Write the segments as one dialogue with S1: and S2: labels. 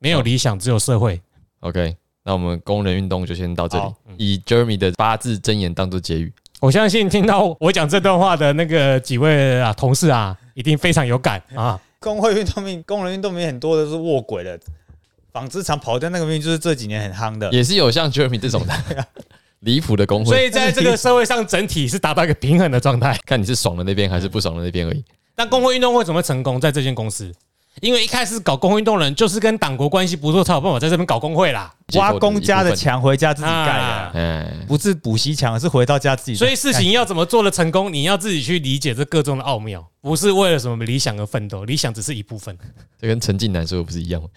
S1: 没有理想，只有社会。
S2: OK，那我们工人运动就先到这里
S1: 好，嗯
S2: 以 Jeremy 的八字真言当做结语。
S1: 我相信听到我讲这段话的那个几位啊同事啊，一定非常有感 啊。
S3: 工会运动命，工人运动命很多都是卧轨的，纺织厂跑掉那个命就是这几年很夯的。
S2: 也是有像 Jeremy 这种的离谱的工
S1: 所
S2: 会，
S1: 以在这个社会上，整体是达到一个平衡的状态。
S2: 看你是爽的那边还是不爽的那边而已。
S1: 但工会运动会怎么成功？在这间公司，因为一开始搞工会运动的人就是跟党国关系不错，才有办法在这边搞工会 啦。
S3: 挖公家的墙回家自己盖的，
S1: 啊
S2: 哎，
S3: 不是补习墙，是回到家自己。
S1: 所以事情要怎么做的成功，你要自己去理解这个中的奥妙，不是为了什么理想而奋斗，理想只是一部分。
S2: 这跟陈近南说的不是一样吗？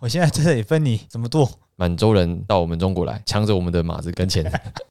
S3: 我现在在这里分你怎么做？
S2: 满洲人到我们中国来，抢着我们的马子跟 钱。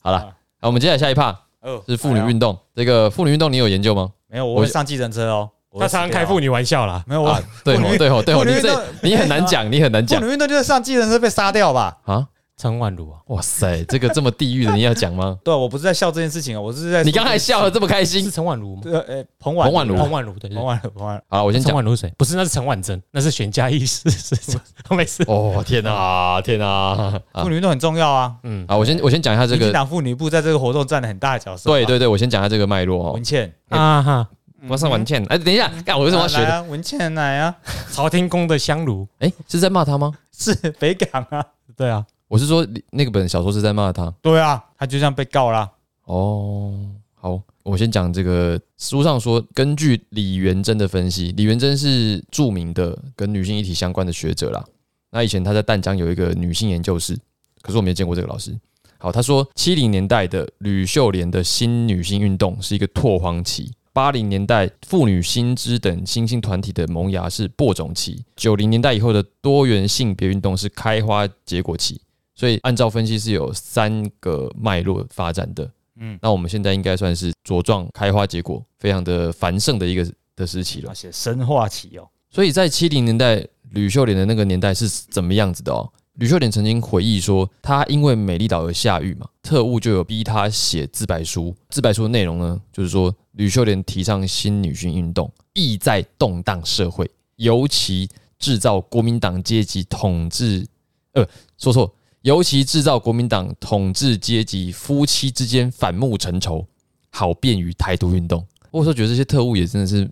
S2: 好
S3: 啊
S2: 了，那我们接下来下一趴
S3: 哦
S2: 是妇女运动。这个妇女运动你有研究吗？
S3: 哎没有，我
S2: 我
S3: 会上计程车哦。我
S1: 他
S3: 会
S1: 常常
S3: 死掉
S1: 开
S3: 哦
S1: 妇，女玩笑啦，
S3: 没有我
S2: 啊，对
S3: 妇
S2: 吼
S3: 女
S2: 对吼对吼，
S3: 妇女
S2: 你
S3: 运动
S2: 这你很难讲，你很难
S3: 妇
S2: 讲
S3: 女运动就是上计程车被杀掉吧？
S2: 啊！
S1: 陈婉如啊，
S2: 哇塞，这个这么地狱的你要讲
S3: ？
S2: 吗
S3: 对，啊我不是在笑这件事情哦，我是在
S2: 你刚才笑的这么开
S1: 是
S2: 心。
S1: 陈婉如吗？
S3: 对呃彭婉
S2: 彭婉如
S1: 彭婉如对，对
S3: 彭婉如彭婉如
S2: 好了，我先
S1: 陈
S2: 讲。
S1: 婉如谁？不是，那是陈婉珍，那是玄嘉义 是是是，没事。
S2: 哦天啊天啊！啊
S3: 妇女运动很重要啊。
S1: 嗯，
S2: 好，我先我先讲一下这
S3: 民进
S2: 个。
S3: 党妇女部在这个活动占了很大的角色。
S2: 对，对对，我先讲一下这个脉络哦
S3: 文。倩，
S1: 啊哈，
S2: 我是文倩，哎，等一下，干我为
S3: 为
S2: 什么要学的？
S3: 文倩来啊？
S1: 朝天宫的香炉，
S2: 哎，是在骂他吗？
S3: 是北港啊。
S1: 对啊，
S2: 我是说那个本小说是在骂他。
S3: 对啊，他就这样被告啦。
S2: 哦，好，我先讲这个书上说，根据李元珍的分析，李元珍是著名的跟女性议题相关的学者啦。那以前他在淡江有一个女性研究室，可是我没有见过这个老师。好，他说七零年代的吕秀莲的新女性运动是一个拓荒期，八零年代妇女新知等新兴团体的萌芽是播种期，九零年代以后的多元性别运动是开花结果期。所以按照分析是有三个脉络发展的。
S3: 嗯，
S2: 那我们现在应该算是茁壮开花结果，非常的繁盛的一个的时期了
S3: 而。且生化期哦，
S2: 所以在七零年代，吕秀莲的那个年代是怎么样子的哦？吕秀莲曾经回忆说，她因为美丽岛而下狱嘛，特务就有逼她写自白书。自白书的内容呢，就是说吕秀莲提倡新女性运动，意在动荡社会，尤其制造国民党阶级统治，呃，说错，尤其制造国民党统治阶级夫妻之间反目成仇，好便于台独运动。我说觉得这些特务也真的是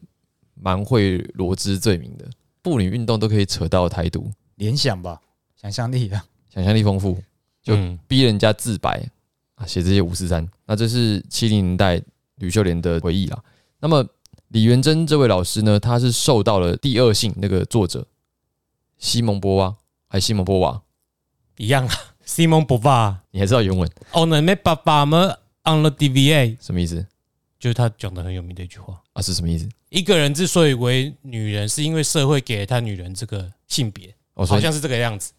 S2: 蛮会罗织罪名的，妇女运动都可以扯到台独，
S3: 联想吧，想象力啊，
S2: 想象力丰富，就
S1: 嗯
S2: 逼人家自白啊，写这些五四三。那这是七零年代吕秀莲的回忆啦。那么李元珍这位老师呢，他是受到了第二性那个作者西蒙波娃，还西蒙波娃，
S1: 一样啊。Simon 哦 b o v a
S2: 你还知道原文
S1: on the map b a m on the DVA，
S2: 什么意思
S1: 就是他讲的很有名的一句话。
S2: 啊？是什么意思？
S1: 一个人之所以为女人，是因为社会给了他女人这个性别，
S2: 哦，所
S1: 好
S2: 以
S1: 像是这个样子。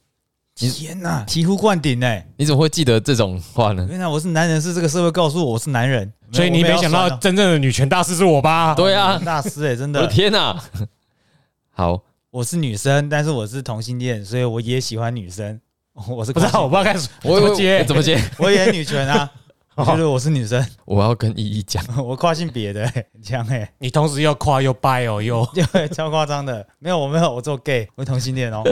S2: 你
S3: 天哪、醍醐灌顶哎、
S2: 你怎么会记得这种话呢？
S3: 原来我是男人，是这个社会告诉我我是男人，
S1: 所以你没想到真正的女权大师是我吧？
S2: 对啊，
S3: 哦大师哎、真
S2: 我的
S3: 的，
S2: 天哪、 好，
S3: 我是女生，但是我是同性恋，所以我也喜欢女生， 我是
S1: 不知道，我不知道该
S2: 我
S1: 怎么接
S2: 我怎么接？
S3: 我也很女权啊，我觉得我是女生，
S2: 我要跟依依讲。
S3: 我跨性别的、欸，很强哎、
S1: 你同时又夸又掰哦，又
S3: 欸，超夸张的，没有我没有，我做 gay，我是同性恋哦，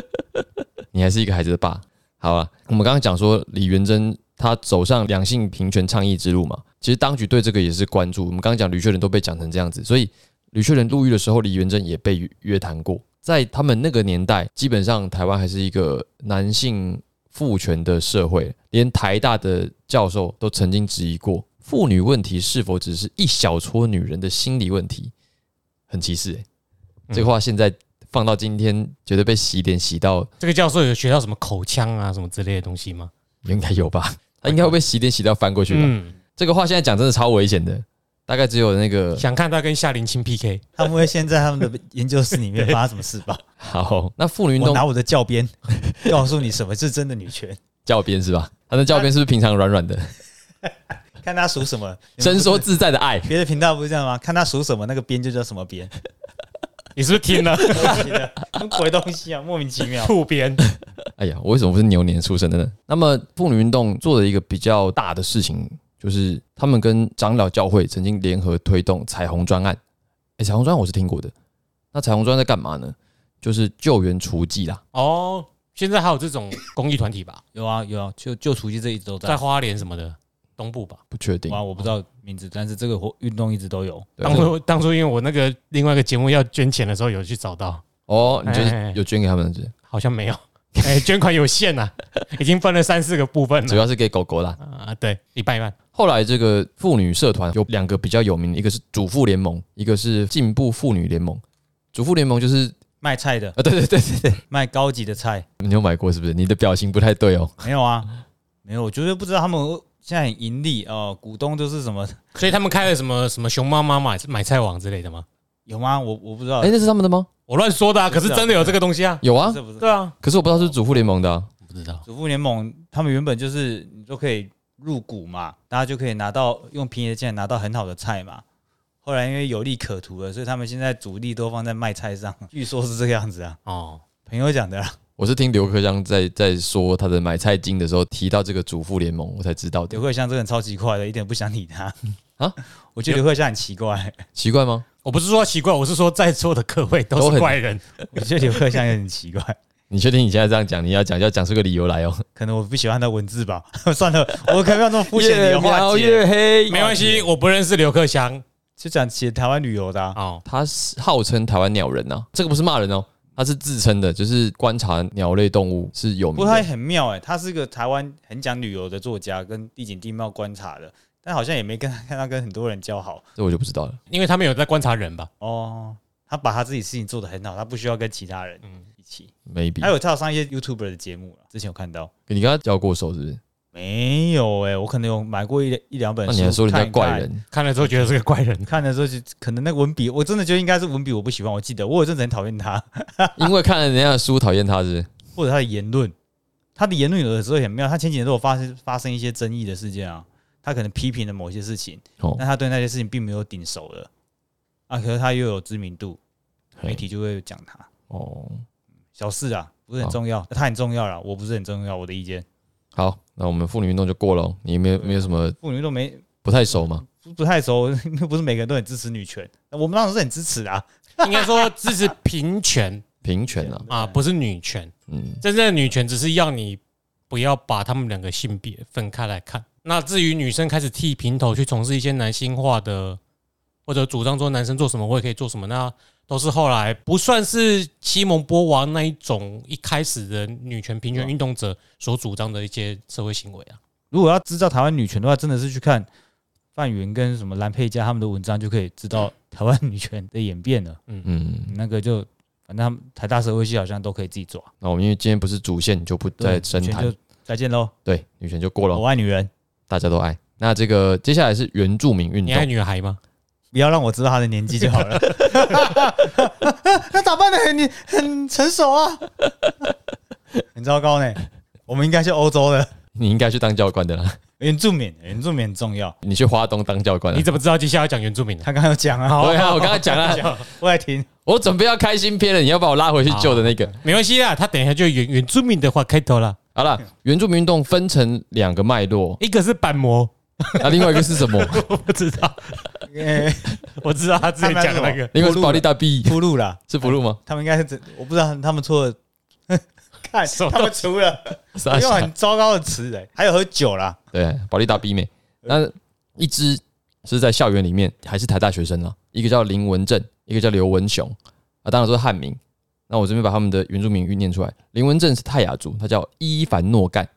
S2: 你还是一个孩子的爸。好啊，我们刚刚讲说李元珍他走上两性平权倡议之路嘛，其实当局对这个也是关注。我们刚刚讲吕秀莲都被讲成这样子，所以吕秀莲入狱的时候，李元珍也被约谈过。在他们那个年代，基本上台湾还是一个男性父权的社会，连台大的教授都曾经质疑过，妇女问题是否只是一小撮女人的心理问题，很歧视、欸。这个话现在放到今天，绝对被洗脸洗到
S1: 这个教授有学到什么口腔啊什么之类的东西吗？
S2: 应该有吧？他应该会被洗脸洗到翻过去吧？
S1: 嗯，
S2: 这个话现在讲真的超危险的，大概只有那个
S1: 想看他跟夏林清 PK，
S3: 他们会先在他们的研究室里面发生什么事 吧？
S2: 好，那妇女运
S3: 我
S2: 动
S3: 拿我的教鞭 告诉你什么是真的女权，
S2: 教鞭是吧？他的教鞭是不是平常软软 的，
S3: 看他属什 么。你们
S2: 伸
S3: 不
S2: 缩自在的爱？
S3: 别的频道不是这样吗？看他属什么，那个鞭就叫什么 鞭。
S1: 你是不是听了
S3: 什么鬼东西啊，莫名其 妙。
S1: 兔边？
S2: 哎呀，我为什么不是牛年出生的呢？那么妇女运动做了一个比较大的事情，就是他们跟长老教会曾经联合推动彩虹专案。哎、彩虹专案我是听过的。那彩虹专案在干嘛呢？就是救援除妓啦。
S1: 哦，现在还有这种公益团体吧，
S4: 有啊有啊，就就除夕这一直都
S1: 在
S4: 在。
S1: 花莲什么的东部吧。
S2: 不确定，
S4: 哇，我不知道名字，但是这个活运动一直都有。
S2: 对
S1: 当初当初因为我那个另外一个节目要捐钱的时候，有去找到，
S2: 哦，你就是
S1: 哎
S2: 有捐给他们是不是
S1: 好像没有， 哎、捐款有限呐、 已经分了三四个部分
S2: 主
S1: 了。
S2: 要是给狗狗啦。
S1: 啊、对，一半一半。
S2: 后来这个妇女社团有两个比较有名的，一个是主妇联盟，一个是进步妇女联盟。主妇联盟就是
S3: 卖菜的，
S2: 啊，对对对对对，
S3: 卖高级的菜，
S2: 你有买过是不是？你的表情不太对哦。
S3: 没有啊，没有，我就是不知道他们现在很盈利哦、股东都是什么
S1: 所以他们开了什么什么熊妈妈买买菜网之类的吗？
S3: 有吗？我我不知道，
S2: 哎，那是他们的吗？
S1: 我乱说的啊，可
S3: 不
S1: 是
S3: 是啊
S1: 真的有这个东西啊。
S2: 有啊
S3: 不，是不是
S1: 对啊，
S2: 可是我不知道是主妇联盟的啊。
S1: 不知道。
S3: 主妇联盟，他们原本就是你就可以入股嘛，大家就可以拿到用便宜的价钱拿到很好的菜嘛。后来因为有利可图了，所以他们现在主力都放在卖菜上， 据说是这个样子啊，
S1: 哦，
S3: 朋友讲的啦。啊
S2: 我是听刘克湘在在说他的买菜经的时候提到这个主妇联盟，我才知道的
S3: 刘。慧香这个人超奇怪的，一点不想理他
S2: 啊。
S3: 我觉得刘慧香很奇怪，
S2: 奇怪吗？
S1: 我不是说奇怪，我是说在座的各位
S2: 都
S1: 都
S2: 很
S1: 是怪人。
S3: 我觉得刘慧香也很奇怪，
S2: 你确定你现在这样讲，你要讲就要讲出个理由来哦？
S3: 可能我不喜欢他文字吧。 算了，我可不要那么肤浅的
S1: 哦
S3: 话题。
S2: 越黑
S1: 没关系，我不认识刘克祥。
S3: 就讲写台湾旅游的啊、
S1: 哦，
S2: 他是号称台湾鸟人呐、这个不是骂人哦，他是自称的，就是观察鸟类动物是有名
S3: 不过他也
S2: 的。
S3: 很妙哎、他是个台湾很讲旅游的作家，跟地景地貌观察的，但好像也没跟看他跟很多人交好
S2: 这我就不知道了。
S1: 因为他们有在观察人吧？
S3: 哦。他把他自己事情做得很好，他不需要跟其他人
S1: 嗯，
S3: 一起。
S2: maybe
S3: 还有他有上一些 YouTuber 的节目了，之前有看到。
S2: 你跟他交过手是不是？
S3: 没有哎、我可能有买过一一两本
S2: 那
S3: 书。
S2: 你还说人
S3: 看
S2: 家
S3: 一
S2: 怪
S3: 看
S2: 人？
S1: 看了之后觉得是个怪人。
S3: 看的时候就可能那个文笔，我真的觉得应该是文笔我不喜欢。我记得我有一阵子很讨厌他，
S2: 因为看了人家的书讨厌他是不是？
S3: 或者他的言论，他的言论有的时候也很妙。他前几年都有发生发生一些争议的事件啊，他可能批评了某些事情，
S2: 哦
S3: 但他对那些事情并没有顶手的啊。可是他又有知名度，媒体就会讲他
S2: 哦，
S3: 小事啊，不是很重要，他很重要啦，我不是很重要，我的意见，
S2: 好，那我们妇女运动就过了哦。你有没有没有什么
S3: 妇女都没
S2: 不太熟吗？
S3: 不不太熟， 不是每个人都很支持女权，我们当然是很支持的啊。
S1: 应该说支持平权
S2: 平权啊，
S1: 啊，不是女权。
S2: 嗯，
S1: 真正的女权只是要你不要把他们两个性别分开来看。那至于女生开始剃平头去从事一些男性化的，或者主张说男生做什么我也可以做什么，那都是后来不算是西蒙波娃那一种一开始的女权平权运动者所主张的一些社会行为啊。
S3: 如果要知道台湾女权的话，真的是去看范云跟什么蓝佩佳他们的文章，就可以知道台湾女权的演变了。
S2: 嗯，
S3: 那个就反正他们台大社会系好像都可以自己抓。
S2: 那我们因为今天不是主线，就不再
S3: 对
S2: 深
S3: 女权
S2: 谈。
S3: 就再见喽，
S2: 对，女权就过了哦，
S3: 我爱女人，
S2: 大家都爱。那这个接下来是原住民运
S1: 你爱
S2: 动，
S1: 女孩吗？
S3: 不要让我知道她的年纪 就好了。她打扮的很很成熟啊，很糟糕呢。我们应该去欧洲的
S2: 你应该去当教官的 啦，
S3: 原住民，原住民很重要。
S2: 你去花东当教官啊
S1: 你。怎么知道接下来要讲原住民呢、
S3: 他刚刚有讲啊，
S2: 对啊，我刚才讲了，
S3: 我在听。
S2: 我准备要开新篇了，你要把我拉回去救的那个。
S1: 没关系啦，他等一下就原原住民的话开头啦，，
S2: 好了，原住民运动分成两个脉 络
S1: 一个是板模，
S2: 那、另外一个是什么？
S1: 我不知 道，
S3: 呃
S1: 我知道他之前讲的那个，
S2: 另外是保利大 B，
S3: 铺路啦，
S2: 是不录吗？
S3: 他们应该是真，我不知道他们错了。 看
S1: 什么
S3: 他们除了
S2: 傻
S3: 用
S2: 笑
S3: 很糟糕的词哎，还有喝酒啦，
S2: 对，保利大 B 妹。那一只是在校园里面，还是台大学生啦，一个叫林文正，一个叫刘文雄，啊，当然都是汉名。那我这边把他们的原住民语念出来，林文正是泰雅族，他叫伊凡诺干。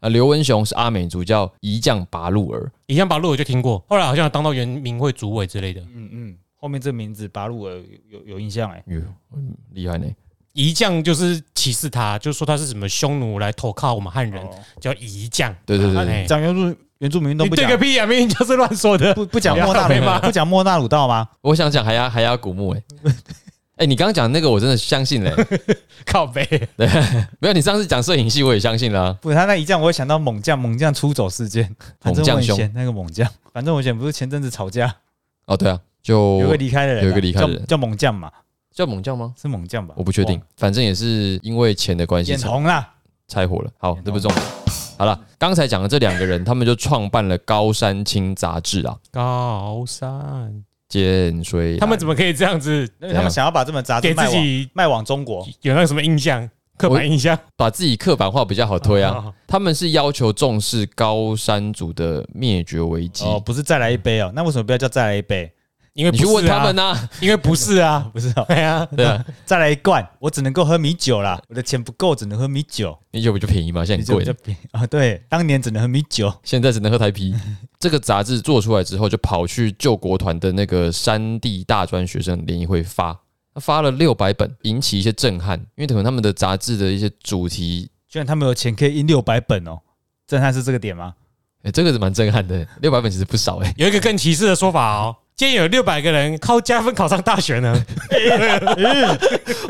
S2: 啊，刘文雄是阿美族，叫伊将拔路尔。
S1: 以前把路我就听过，后来好像有当到原民会主委之类的。
S3: 嗯嗯，后面这个名字巴鲁尔有有有印象哎，
S2: 哟，嗯厉害呢！
S1: 夷将就是歧视他，就说他是什么匈奴来投靠我们汉人，
S3: 哦
S1: 叫夷将。
S2: 对对对
S1: 啊
S2: 对
S1: 哎
S3: 讲原住原住民运动
S1: 你
S3: 不
S1: 对
S3: 讲
S1: 个屁呀、啊明明就是乱说的。
S3: 不不讲
S1: 你要
S3: 莫纳
S1: 靠背吗
S3: 鲁不讲莫纳鲁道吗？
S2: 我想讲海牙海牙古墓、欸，哎哎，你刚刚讲那个我真的相信嘞、
S1: 靠背，
S2: 没有，你上次讲摄影系我也相信啦、
S3: 不，他那一降，我会想到猛将猛将出走事 件，反正
S2: 猛将
S3: 文
S2: 兄
S3: 贤那个猛将，反正文贤不是前阵子吵架，
S2: 哦，对啊，就
S3: 有一个离开的人啊，
S2: 有一个离开的
S3: 叫
S2: 人
S3: 叫猛将嘛，
S2: 叫猛将吗？
S3: 是猛将吧？
S2: 我不确定
S3: 哇，，
S2: 反正也是因为钱的关系
S3: 眼
S2: 才
S3: 红啦，
S2: 拆伙了。好，
S3: 眼
S2: 这不是重点。好了，刚才讲的这两个人，他们就创办了《高山青》杂志啊。
S1: 高山，
S2: 碱水，啊
S1: 他们怎么可以这样子
S2: 怎
S3: 因为
S2: 样
S3: 他们想要把这本杂志
S1: 给
S3: 卖
S1: 自
S3: 往
S1: 己
S3: 卖往中国，
S1: 有那个什么印象？刻板印象？
S2: 把自己刻板化比较好推啊？
S1: 哦，
S2: 他们是要求重视高山族的灭绝危机。
S3: 哦，不是再来一杯哦，那为什么不要叫再来一杯？
S1: 因为
S2: 你去
S1: 不是
S2: 问他们
S1: 啊，
S2: 呐，
S1: 因为不是啊，
S3: 不是哦，
S1: 对啊，
S2: 对啊，
S3: 再来一罐，我只能够喝米酒啦，我的钱不够，只能喝米酒，
S2: 米酒不就便宜嘛，现
S3: 米
S2: 在很贵
S3: 酒比较，便宜 啊。对，当年只能喝米酒，
S2: 现在只能喝台啤。这个杂志做出来之后，就跑去救国团的那个山地大专学生联谊会发，他发了六百本，引起一些震撼，因为可能他们的杂志的一些主题，
S3: 居然他们有钱可以印六百本哦，震撼是这个点吗？
S2: 哎、这个是蛮震撼的，六百本其实不少哎、
S1: 有一个更歧视的说法哦。今天有六百个人靠加分考上大学呢，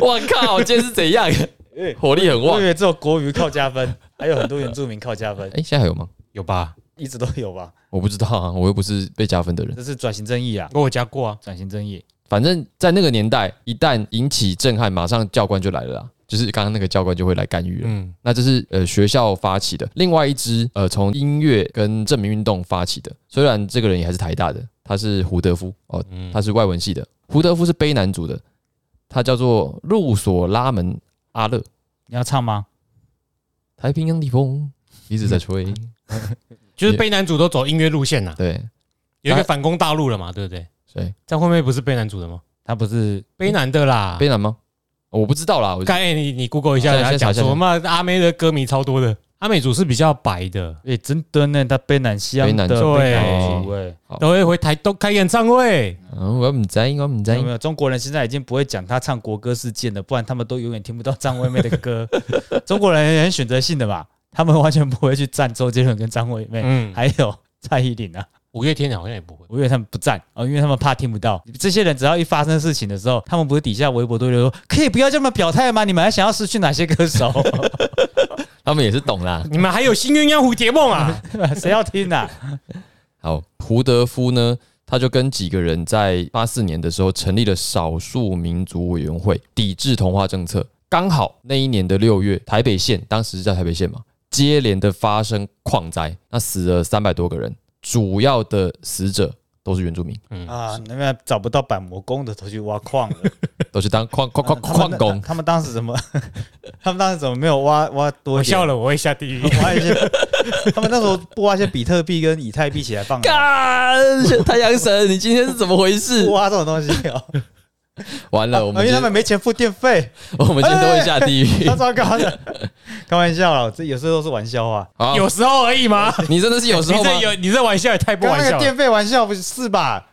S2: 我靠，今天是怎样？ 火力很
S3: 我
S2: 旺
S3: 以。为只有国语靠加分， 还有很多原住民靠加分
S2: 哎、，现在还 有吗？
S1: 有吧？
S3: 一直都有吧？
S2: 我不知道啊，我又不是被加分的人。
S3: 这是转型正义啊，
S1: 我有加过啊，
S3: 转型正义。
S2: 反正，在那个年代，一旦引起震撼，马上教官就来了啦，就是刚刚那个教官就会来干预了。
S1: 嗯，
S2: 那这是呃学校发起的，另外一支呃从音乐跟证明运动发起的。虽然这个人也还是台大的，他是胡德夫哦，他是外文系的。胡德夫是卑南族的，他叫做路索拉门阿勒。
S3: 你要唱吗？
S2: 太平洋的风一直在吹，
S1: 就是被男主都走音乐路线呐，
S2: 对，
S1: 有一个反攻大陆了嘛，对不对？
S2: 谁
S1: 张惠妹不是被男主的吗？
S3: 他不是
S1: 卑南的
S3: 啊
S1: 啦，
S2: 卑南吗？哦我不知道啦，我
S1: 刚才你你 Google 一下，
S2: 现在
S1: 然后讲
S2: 现在查
S1: 说嘛，阿妹的歌迷超多的，阿美族是比较白的，
S3: 诶、真的呢，他被南西洋
S2: 卑南
S3: 的
S1: 族
S3: 被
S2: 对
S3: 南族诶，
S1: 都会回台东开演唱会。
S2: 嗯我唔知，我唔知
S3: 有没。有中国人现在已经不会讲他唱国歌事件了，不然他们都永远听不到张惠妹的歌。 中国人很选择性的嘛，他们完全不会去站周杰伦跟张惠妹，
S1: 嗯，
S3: 哎还有蔡依林啊，
S1: 五月天好像也不会。
S3: 我以为他们不站哦，因为他们怕听不到。这些人只要一发生事情的时候，他们不是底下微博都会说：“可以不要这么表态吗？你们还想要失去哪些歌手？
S2: 他们也是懂啦。
S1: 你们还有新鸳鸯蝴蝶梦 啊？
S3: 谁要听啊？
S2: 好，胡德夫呢，他就跟几个人在八四年的时候成立了少数民族委员会，抵制同化政策。刚好那一年的六月，台北县当时是在台北县嘛，接连的发生矿灾，那死了三百多个人，主要的死者都是原 住民，
S3: 啊，那边找不到板模工的都去挖矿了。
S2: 都是当矿 矿矿矿
S3: 啊他们
S2: 工
S3: 那。他们当时怎么？ 他们当时怎么没有挖挖多
S1: 我
S3: 一点？
S1: 笑了，我会下地狱。
S3: 挖一些，他们那时候不挖一些比特币跟以太币起来放，不
S2: 干，太阳神，你今天是怎么回 事？
S3: 挖这种东西哦，
S2: 完了，我
S3: 啊因
S2: 们
S3: 为
S2: 今
S3: 他们没钱付电费，
S2: 我们今天都会下地狱。
S3: 他糟糕的，开玩笑了，这有时候都是玩笑话。
S2: 好，
S1: 有时候而已吗？
S2: 你真的哦是有时
S1: 你
S2: 候吗
S1: 这？有你这玩笑也太不
S3: 刚
S1: 玩
S3: 那
S1: 笑
S3: 个
S1: 了。
S3: 电费玩笑不是吧？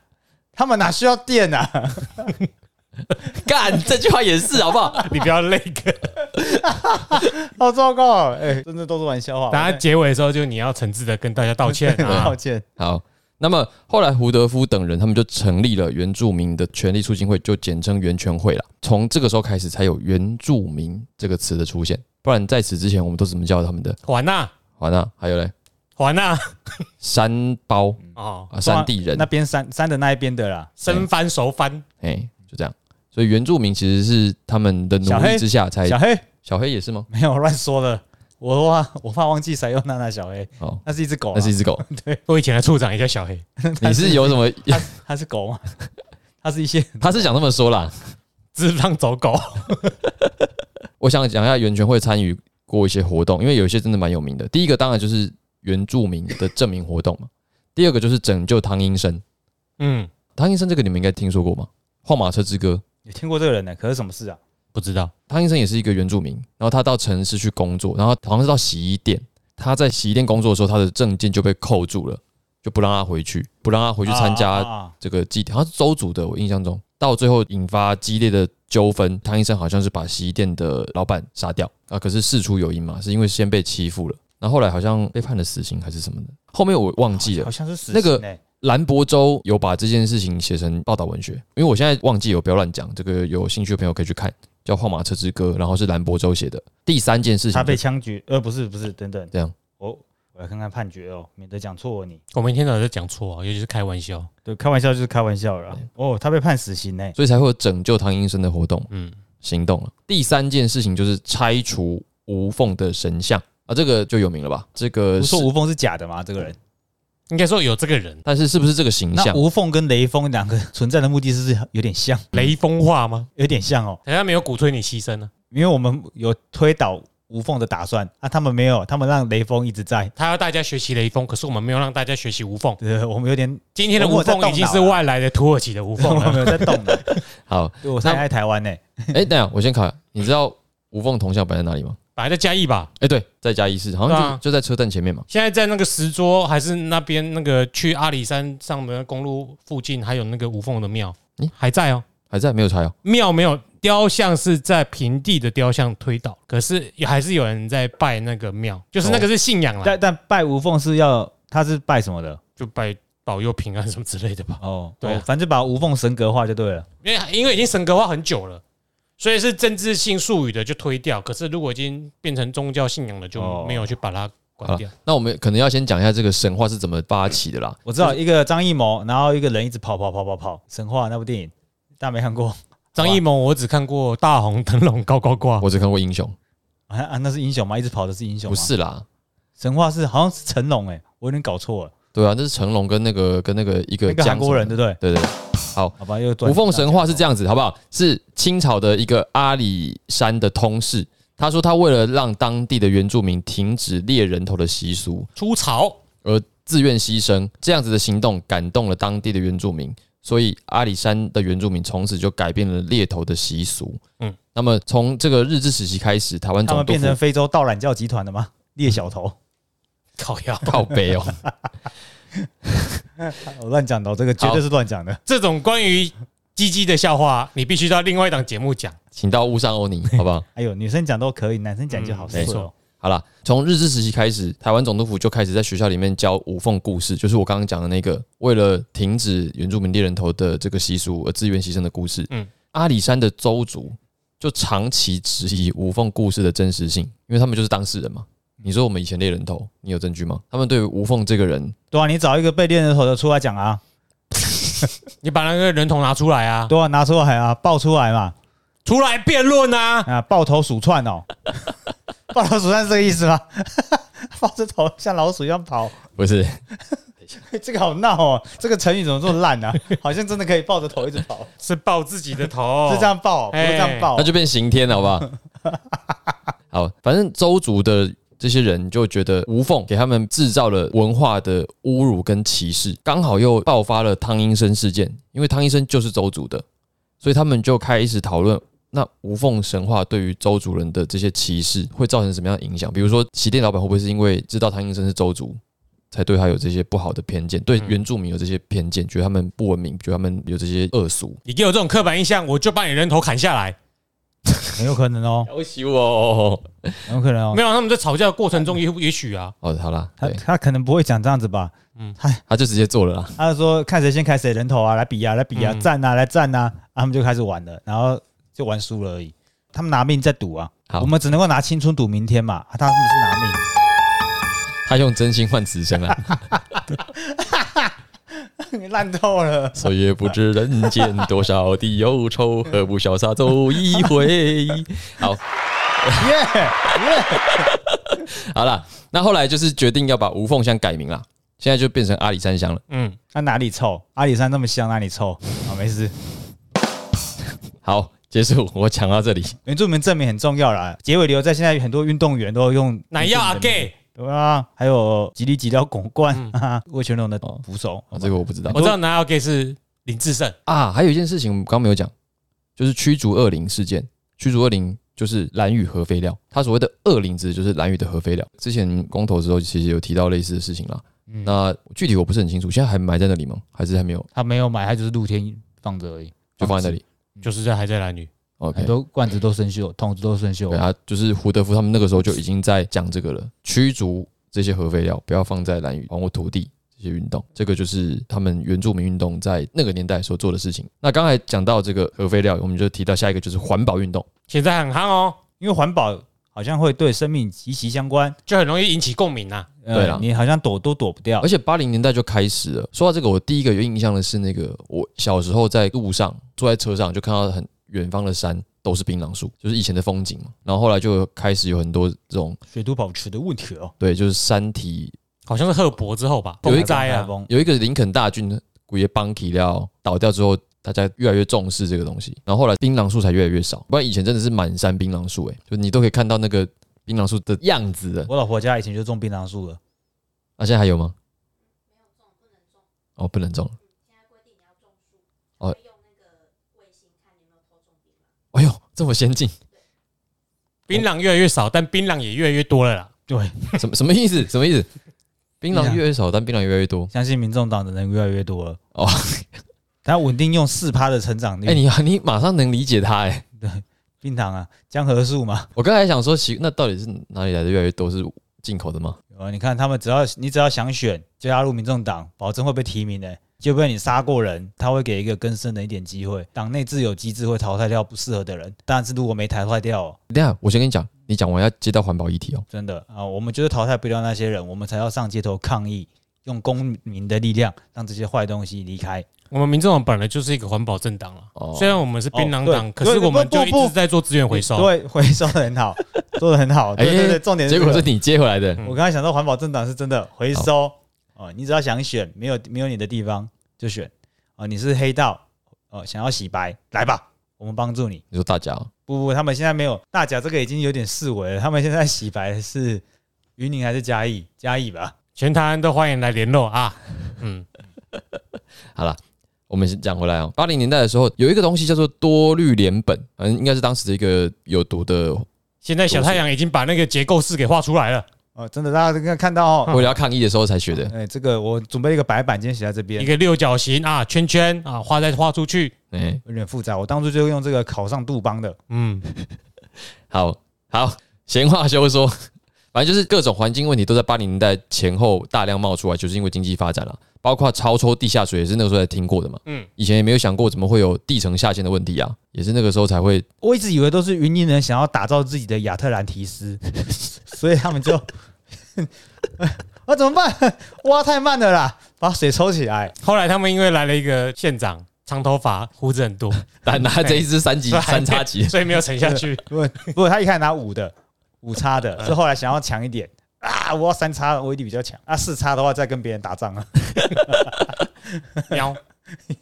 S3: 他们哪需要 电啊？
S2: 干，这句话也是好不好？
S1: 你不要那个。
S3: 好糟糕啊！哎、真的都是玩笑话。
S1: 大家结尾的时候，就你要诚挚的跟大家道 歉啊
S3: 抱。歉，
S2: 好，那么后来胡德夫等人他们就成立了原住民的权利促进会，就简称原权会了。从这个时候开始，才有原住民这个词的出现，不然在此之前，我们都怎么叫他们的？
S1: 还呐，
S2: 好，那还有嘞，
S1: 还呐，
S2: 山包
S1: 哦，
S2: 啊，山地人
S3: 那，边山山的那一边的啦，
S1: 生翻熟翻，
S2: 哎、就这样。所以原住民其实是他们的努
S3: 小
S2: 力
S3: 黑
S2: 之下才
S3: 小黑
S2: 小黑也是吗？
S3: 没有乱说的。我怕我怕忘记谁用娜娜小黑，
S2: 哦，
S3: 那是一只狗啊、
S2: 那是一只狗。
S1: 我以前的处长也叫小黑，
S2: 你是有什么？
S3: 它是狗吗？它是一些
S2: 他是想这么说啦。
S1: 智障走狗。
S2: 我想讲一下原权会参与过一些活动，因为有一些真的蛮有名的。第一个当然就是原住民的证明活动嘛，第二个就是拯救汤英生。
S1: 嗯，
S2: 汤英生这个你们应该听说过吗？《晃马车之歌》，
S3: 有听过这个人呢、可是什么事啊？
S1: 不知道。
S2: 汤英生也是一个原住民，然后他到城市去工作，然后好像是到洗衣店。他在洗衣店工作的时候，他的证件就被扣住了，就不让他回去，不让他回
S3: 我
S2: 去参
S3: 啊
S2: 加
S3: 啊啊
S2: 这个祭典。好像是州族的，我印象中，到最后引发激烈的纠纷。汤医生好像是把洗衣店的老板杀掉啊，可是事出有因嘛，是因为先被欺负了。然后后来好像被判了死刑还是什么的，后面我忘记了
S3: 好。像是死
S2: 那个
S3: 刑欸
S2: 兰博州有把这件事情写成报道文学，因为我现在忘记有，不要乱讲。这个有兴趣的朋友可以去看，叫《画马车之歌》，然后是兰博州写的。第三件事情
S3: 他被
S2: 就，
S3: 枪决，呃，不是不是，等等，
S2: 这样
S3: 我我来看看判决哦，免得讲错哦你。
S1: 我们一天到晚在讲错啊，尤其是开玩笑。
S3: 对，开玩笑就是开玩笑啦。哦，他被判死刑呢，
S2: 所以才会有拯救唐英生的活动
S1: 嗯，
S2: 行动了。第三件事情就是拆除无缝的神像啊，这个就有名了吧？这个
S3: 不
S2: 呃是
S3: 说，无缝是假的吗？这个人，
S1: 应该说有这个人，
S2: 但是是不是这个形
S3: 那
S2: 象？
S3: 无缝跟雷锋两个 存在的目的是不是有点像？
S1: 雷锋化吗？
S3: 有点像哦，
S1: 人嗯家没有鼓吹你牺牲啊呢、
S3: 因为我们有推倒无缝的打算啊，他们没有，他们让雷锋一直在。
S1: 他要大家学习雷锋，可是我们没有让大家学习无缝。
S3: 对，我们有点，
S1: 今天的
S3: 我
S1: 无
S3: 有在
S1: 缝已经
S3: 动脑
S1: 是
S3: 啊
S1: 外来的土耳其的无
S3: 我
S1: 缝
S3: 们
S1: 了。
S3: 没有在动的。
S2: 好，
S3: 对，我太爱台湾呢。
S2: 哎、等一下我先考，你知道无缝铜像摆在哪里吗？
S1: 本来在嘉义吧，
S2: 哎、对，在嘉义市，好像就、
S1: 对啊
S2: 就在车站前面嘛。
S1: 现在在那个石桌还是那边那个去阿里山上的公路附近，还有那个无缝的庙
S2: 咦，
S1: 还在哦。
S2: 还在没有拆哦。
S1: 庙没有雕像是在平地的雕像推倒，可是也还是有人在拜那个庙，就是那个是信仰啦，
S3: 但但拜无缝是要，他是拜什么的？
S1: 就拜保佑平安什么之类的吧。
S3: 哦，
S1: 对啊
S3: 哦反正把无缝神格化就对了。
S1: 因为因为已经神格化很久了，所以是政治性术语的就推掉。可是如果已经变成宗教信仰了，就
S3: 哦啊
S1: 没有去把它关掉。
S2: 那我们可能要先讲一下这个神话是怎么发起的啦。
S3: 我知道一个张艺谋，然后一个人一直跑跑跑跑跑，神话那部电影，大家没看过
S1: 张艺谋我只看过《大红灯笼高高挂》，
S2: 我只看过英雄，
S3: 啊啊？那是英雄吗？一直跑的是英雄
S2: 不
S3: 吗？
S2: 是啦，
S3: 神话是好像是成龙哎、我有点搞错了，
S2: 对啊，那是成龙跟那个跟那个一个
S3: 那个韩国人对
S2: 的，
S3: 不对？
S2: 对对。对
S3: 好吧，又断
S2: 无缝神话是这样子，好不好？是清朝的一个阿里山的通事，他说他为了让当地的原住民停止猎人头的习俗，
S1: 出草
S2: 而自愿牺牲，这样子的行动感动了当地的原住民，所以阿里山的原住民从此就改变了猎头的习俗。嗯
S1: 嗯，
S2: 那么从这个日治时期开始，台湾
S3: 他
S2: 总
S3: 们
S2: 督
S3: 变
S2: 府
S3: 成非洲盗懒教集团的 吗？猎小头，
S1: 烤 鸭，
S2: 靠背哦，
S3: 我乱讲的哦，这个绝对是乱讲的。
S1: 这种关于鸡鸡的笑话，你必须到另外一档节目讲。
S2: 请到乌上欧尼，好不好？
S3: 哎呦，女生讲都可以，男生讲就好
S1: 嗯
S3: 色
S1: 没
S3: 哦
S1: 错。
S2: 好啦，从日治时期开始，台湾总督府就开始在学校里面教五凤故事，就是我刚刚讲的那个为了停止原住民猎人头的这个习俗而自愿牺牲的故事。嗯
S1: 嗯，
S2: 阿里山的州族就长期质疑五凤故事的真实性，因为他们就是当事人嘛。你说我们以前猎人头，你有证据吗？他们对于吴凤这个人，
S3: 对啊，你找一个被猎人头的出来讲啊，
S1: 你把那个人头拿出来啊，
S3: 对啊，拿出来啊，爆出来嘛，
S1: 出来辩论啊！
S3: 啊，爆头鼠窜哦， 爆头鼠窜是这个意思吗？ 抱着头像老鼠一样跑，
S2: 不是
S3: 这个好闹哦，这个成语怎么这么烂 啊？好像真的可以抱着头一直跑，
S1: 是抱自己的头，
S3: 是这样抱哦，不是这样抱
S2: 那。就变刑天了，好不 好？好，反正周族的这些人就觉得无缝给他们制造了文化的侮辱跟歧视，刚好又爆发了汤英生事件，因为汤英生就是周族的，所以他们就开始讨论。那无缝神话对于周族人的这些歧视会造成什么样的影响？比如说，喜店老板会不会是因为知道汤英生是周族，才对他有这些不好的偏见，对原住民有这些偏见，觉得他们不文明，觉得他们有这些恶俗？
S1: 你给我这种刻板印象，我就把你人头砍下来。
S3: 很有可能哦，
S2: 要羞哦！
S3: 很有可能哦。
S1: 没有，他们在吵架的过程中也也许啊，
S2: 好的，好啦，
S3: 他
S2: 对，
S3: 他可能不会讲这样子吧？
S2: 他就直接做了啦。
S3: 他就说看谁先砍谁人头啊，来比啊，来比啊，
S1: 嗯
S3: 战啊，来战啊，啊他们就开始玩了，然后就玩输了而已。他们拿命在赌啊，
S2: 好
S3: 我们只能够拿青春赌明天嘛，啊他们是拿命。
S2: 他用真心换此 生啊，
S3: 你 烂透了。
S2: 岁月不知人间多少的忧愁，何不潇洒走一 回？好，
S3: 耶耶！
S2: 好啦，那后来就是决定要把无缝乡改名啦，现在就变成阿里山乡了。
S1: 嗯，
S3: 那哪里臭？阿里山那么香，哪里臭？啊，没事。
S2: 好，结束，我讲到这里。
S3: 原住民证明很重要啦，结尾留在现在很多运动员都用
S1: 哪要
S3: 原
S1: 阿
S3: 住民的名字
S1: gay？
S3: 对啊，还有吉利吉料拱冠
S4: 嗯
S3: 啊，魏全龙的
S4: 哦
S3: 扶手，
S2: 啊、这个我不知道
S1: 我知道哪要 gay 是林志胜，
S2: 啊，还有一件事情我们刚刚没有讲，就是驱逐恶灵事件。驱逐恶灵就是蓝屿核废料，它所谓的恶灵指的就是蓝屿的核废料。之前公投的时候其实有提到类似的事情啦。那具体我不是很清楚，现在还埋在那里吗？还是还没有
S4: 他没有买，他就是露天放着而已。
S2: 就放在那里？
S1: 就是在还在男女，
S2: OK，
S3: 啊
S4: 很多罐子都生锈，桶子都生锈
S2: 对。啊，就是胡德夫他们那个时候就已经在讲这个了，驱逐这些核废料，不要放在蓝屿还我土地这些运动，这个就是他们原住民运动在那个年代所做的事情。那刚才讲到这个核废料，我们就提到下一个就是环保运动，
S1: 现在很夯哦，
S3: 因为环保好像会对生命息息相关。
S1: 就很容易引起共鸣啊呐。
S3: 呃
S2: 对啦
S3: 你好像躲都躲不掉
S2: 而。且八零年代就开始了。说到这个，我第一个有印象的是那个我小时候在路上坐在车上就看到很远方的山都是槟榔树，就是以前的风景嘛。然后后来就开始有很多这种
S3: 水土保持的问题哦，
S2: 对，就是山体
S1: 好像是赫伯之后吧，
S2: 有一
S1: 风灾
S3: 台
S1: 啊，
S3: 风，
S2: 有一个林肯大军鬼爷帮起料倒掉之后，大家越来越重视这个东西，然后后来槟榔树才越来越少，不然以前真的是满山槟榔树，哎，就你都可以看到那个槟榔树的样子的。
S3: 我老婆家以前就种槟榔树了，
S2: 那、啊现在还有吗？哦，不能种了。哦，哎呦，这么先进，
S1: 槟榔越来越少，但槟榔也越来越多了啦。
S2: 什么什么意思？什么意思？槟榔
S3: 槟榔
S2: 越来越少，但槟榔越来越多。
S3: 相信民众党的人越来越多了。
S2: 哦，
S3: 他稳定用四趴的成长率。
S2: 哎、你 你马上能理解它哎、
S3: 冰糖啊，江河树嘛，
S2: 我刚才想说，其那到底是哪里来的越来越多？是进口的吗？
S3: 呃，你看他们只要你只要想选，就加入民众党，保证会被提名的、就被你杀过人，他会给一个更深的一点机会。党内自有机制会淘汰掉不适合的人，但是如果没淘汰掉、哦，
S2: 等一下我先跟你讲，你讲完要接到环保议题哦。
S3: 真的啊，我们就是淘汰不掉那些人，我们才要上街头抗议，用公民的力量让这些坏东西离开。
S1: 我们民众党本来就是一个环保政党了，
S2: 哦
S1: 虽然我们是槟榔党，
S3: 哦对
S1: 可是我们就
S3: 对
S1: 一
S3: 不不
S1: 直在做资源回收。
S3: 对，回收的很 好，做的很好。对对
S2: 哎
S3: 对，重点是、
S2: 结
S3: 这个、
S2: 果是你接回来的，
S3: 我刚才想到环保政党是真的回收哦，你只要想选，没有没有你的地方就选哦，你是黑道哦，想要洗白来吧，我们帮助你。
S2: 你说大家哦
S3: 不不，他们现在没有大甲这个已经有点视为了，他们现在洗白的是云林还是嘉义？嘉义吧，
S1: 全台湾都欢迎来联络啊。嗯，
S2: 好了，我们先讲回来哦。八零年代的时候，有一个东西叫做多氯联苯，反正应该是当时的一个有毒的，
S1: 现在小太阳已经把那个结构式给画出来了，
S3: 哦，真的大家都应该看到哦，
S2: 为了要抗议的时候才学的。
S3: 哎，这个我准备了一个白板，今天写在这
S1: 一
S3: 边，
S1: 个六角形啊，圈圈啊，画再画出去。
S2: 哎、
S3: 有点复杂，我当初就用这个考上杜邦的，
S1: 嗯，
S2: 好好，闲话休说， 反正就是各种环境问题都在八零年代前后大量冒出来，就是因为经济发展了，包括超抽地下水也是那个时候才听过的嘛。嗯
S1: 嗯，
S2: 以前也没有想过怎么会有地层下陷的问题啊，也是那个时候才会
S3: 我一直以为都是云林人想要打造自己的亚特兰提斯， 所以他们就 啊怎么办？挖太慢了啦，把水抽起来。
S1: 后来他们因为来了一个县长，长头发，胡子很 多，
S2: 拿拿这一支三级
S1: 所以还
S2: 三叉戟
S1: 所以没有沉下 去。
S3: 如果如果他一开始拿五的五叉的，是后来想要强一点啊，我要三叉，我一定比较强啊，四叉的话再跟别人打仗啊。
S1: 喵，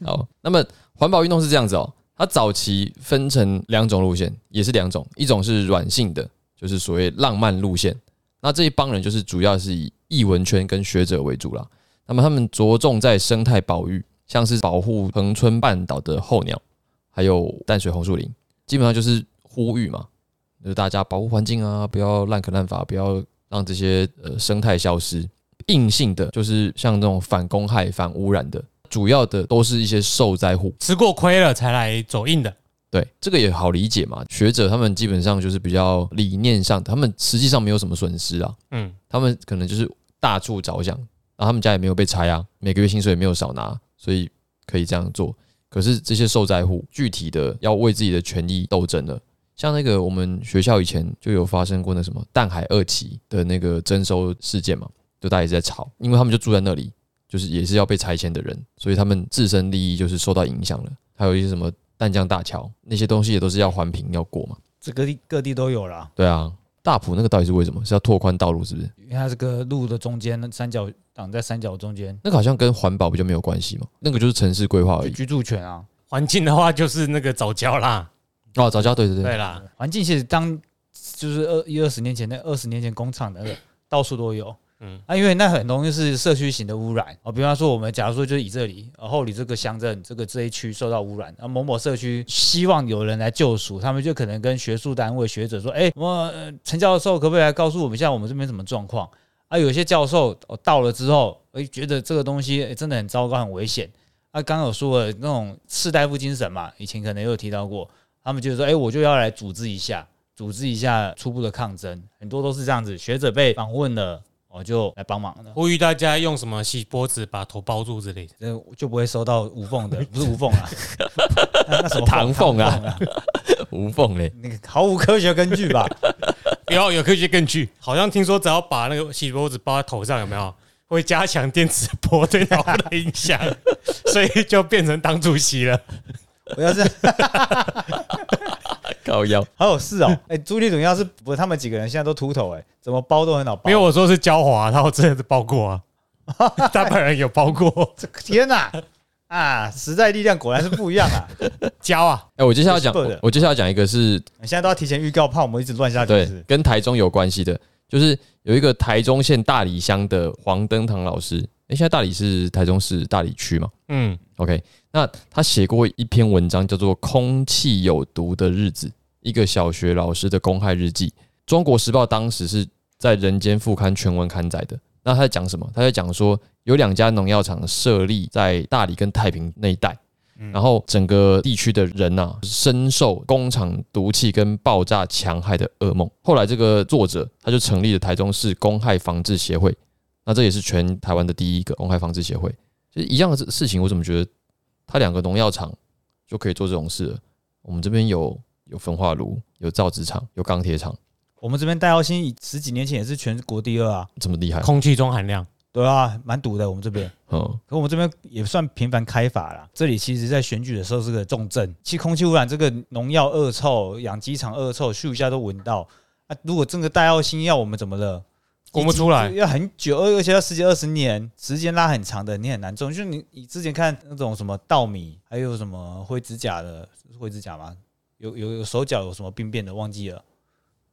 S2: 好，那么环保运动是这样子哦，它早期分成两种路线，也是两种，一种是软性的，就是所谓浪漫路线。那这一帮人就是主要是以艺文圈跟学者为主啦。那么他们着重在生态保育，像是保护恒春半岛的候鸟，还有淡水红树林，基本上就是呼吁嘛，就是大家保护环境啊，不要滥垦滥伐，不要让这些呃生态消失。硬性的就是像这种反公害、反污染的，主要的都是一些受灾户。
S1: 吃过亏了才来走硬的。
S2: 对，这个也好理解嘛。学者他们基本上就是比较理念上的，他们实际上没有什么损失啊，
S1: 嗯，
S2: 他们可能就是大处着想，然后他们家也没有被拆啊，每个月薪水也没有少拿，所以可以这样做。可是这些受灾户具体的要为自己的权益斗争了。像那个我们学校以前就有发生过那什么淡海二期的那个征收事件嘛，就大家一直在吵，因为他们就住在那里，就是也是要被拆迁的人，所以他们自身利益就是受到影响了。还有一些什么淡江大桥那些东西也都是要环评要过嘛。
S3: 这个地各地都有啦，
S2: 对啊，大埔那个到底是为什么？是要拓宽道路是不是？
S3: 因为它这个路的中间，三角挡在三角中间，
S2: 那个好像跟环保比较没有关系嘛，那个就是城市规划而
S3: 就
S2: 已。
S3: 居住权啊，
S1: 环境的话就是那个早教啦，
S2: 哦，早教对对对，
S1: 对啦，
S3: 环境其实当就是二一二十年前那二十年前工厂的那个到处都有。
S1: 嗯
S3: 嗯，啊，因为那很容易是社区型的污染哦，比方说我们假如说就是以这里，然后你这个乡镇这个这一区受到污染，啊某某社区希望有人来救赎，他们就可能跟学术单位学者说，哎、我呃陈教授可不可以来告诉我们一下我们这边什么状况？啊，有些教授、哦、到了之后，哎、觉得这个东西、哎真的很糟糕，很危险。啊，刚刚有说了那种士大夫精神嘛，以前可能也有提到过，他们就说：“哎、我就要来组织一下，组织一下初步的抗争。”很多都是这样子，学者被访问了，我就来帮忙了，
S1: 呼吁大家用什么锡箔纸把头包住之类的。
S3: 这就不会收到无缝 的，不是无缝啊，那那什么
S2: 唐凤啊
S3: 唐
S2: 无缝 嘞，
S3: 那个毫无科学根据吧？
S1: 不要有科学根据，好像听说只要把那个锡箔纸包在头上，有没有会加强电磁波对脑部的影 响，所以就变成党主席了。
S3: 我要是
S2: 高腰
S3: 好有事哦，哎、朱立伦要是不，他们几个人现在都秃头、哎，怎么包都很好包。
S1: 没有，我说是焦华，然后真的是包过 啊，他本人有包过
S3: 天哪、啊！时代力量果然是不一样啊！
S1: 焦啊，
S2: 哎、我接下来要讲，
S3: Whisper 的
S2: 我我接下来讲一个是
S3: 你现在都要提前预告，怕我们一直乱下去。
S2: 对
S3: 啊是不是，
S2: 跟台中有关系的，就是有一个台中县大理乡的黄登堂老师，哎、现在大理是台中市大理区嘛
S1: 嗯，
S2: ？OK，那他写过一篇文章，叫做《空气有毒的日子》，一个小学老师的公害日记。《中国时报》当时是在《人间》副刊全文刊载的。那他在讲什么？他在讲说有两家农药厂设立在大理跟太平那一带，然后整个地区的人呐、深受工厂毒气跟爆炸强害的噩梦。后来这个作者他就成立了台中市公害防治协会，那这也是全台湾的第一个公害防治协会。就是一样的事事情，我怎么觉得他两个农药厂就可以做这种事了？我们这边有有焚化炉，有造纸厂，有钢铁厂，
S3: 我们这边戴耀星十几年前也是全国第二啊，
S2: 这么厉害？
S1: 空气中含量
S3: 对啊，蛮堵的。我们这边，
S2: 嗯，
S3: 可我们这边也算频繁开发啦。这里其实在选举的时候是个重症，其实空气污染这个农药恶臭、养鸡场恶臭，咻一下都闻到。啊，如果真的戴耀星要我们怎么了？
S1: 滚不出来
S3: 要很久，而而且要十几二十年，时间拉很长的，你很难种。就是你，你之前看那种什么稻米，还有什么灰指甲的，是灰指甲吗？有有有手脚有什么病变的，忘记了，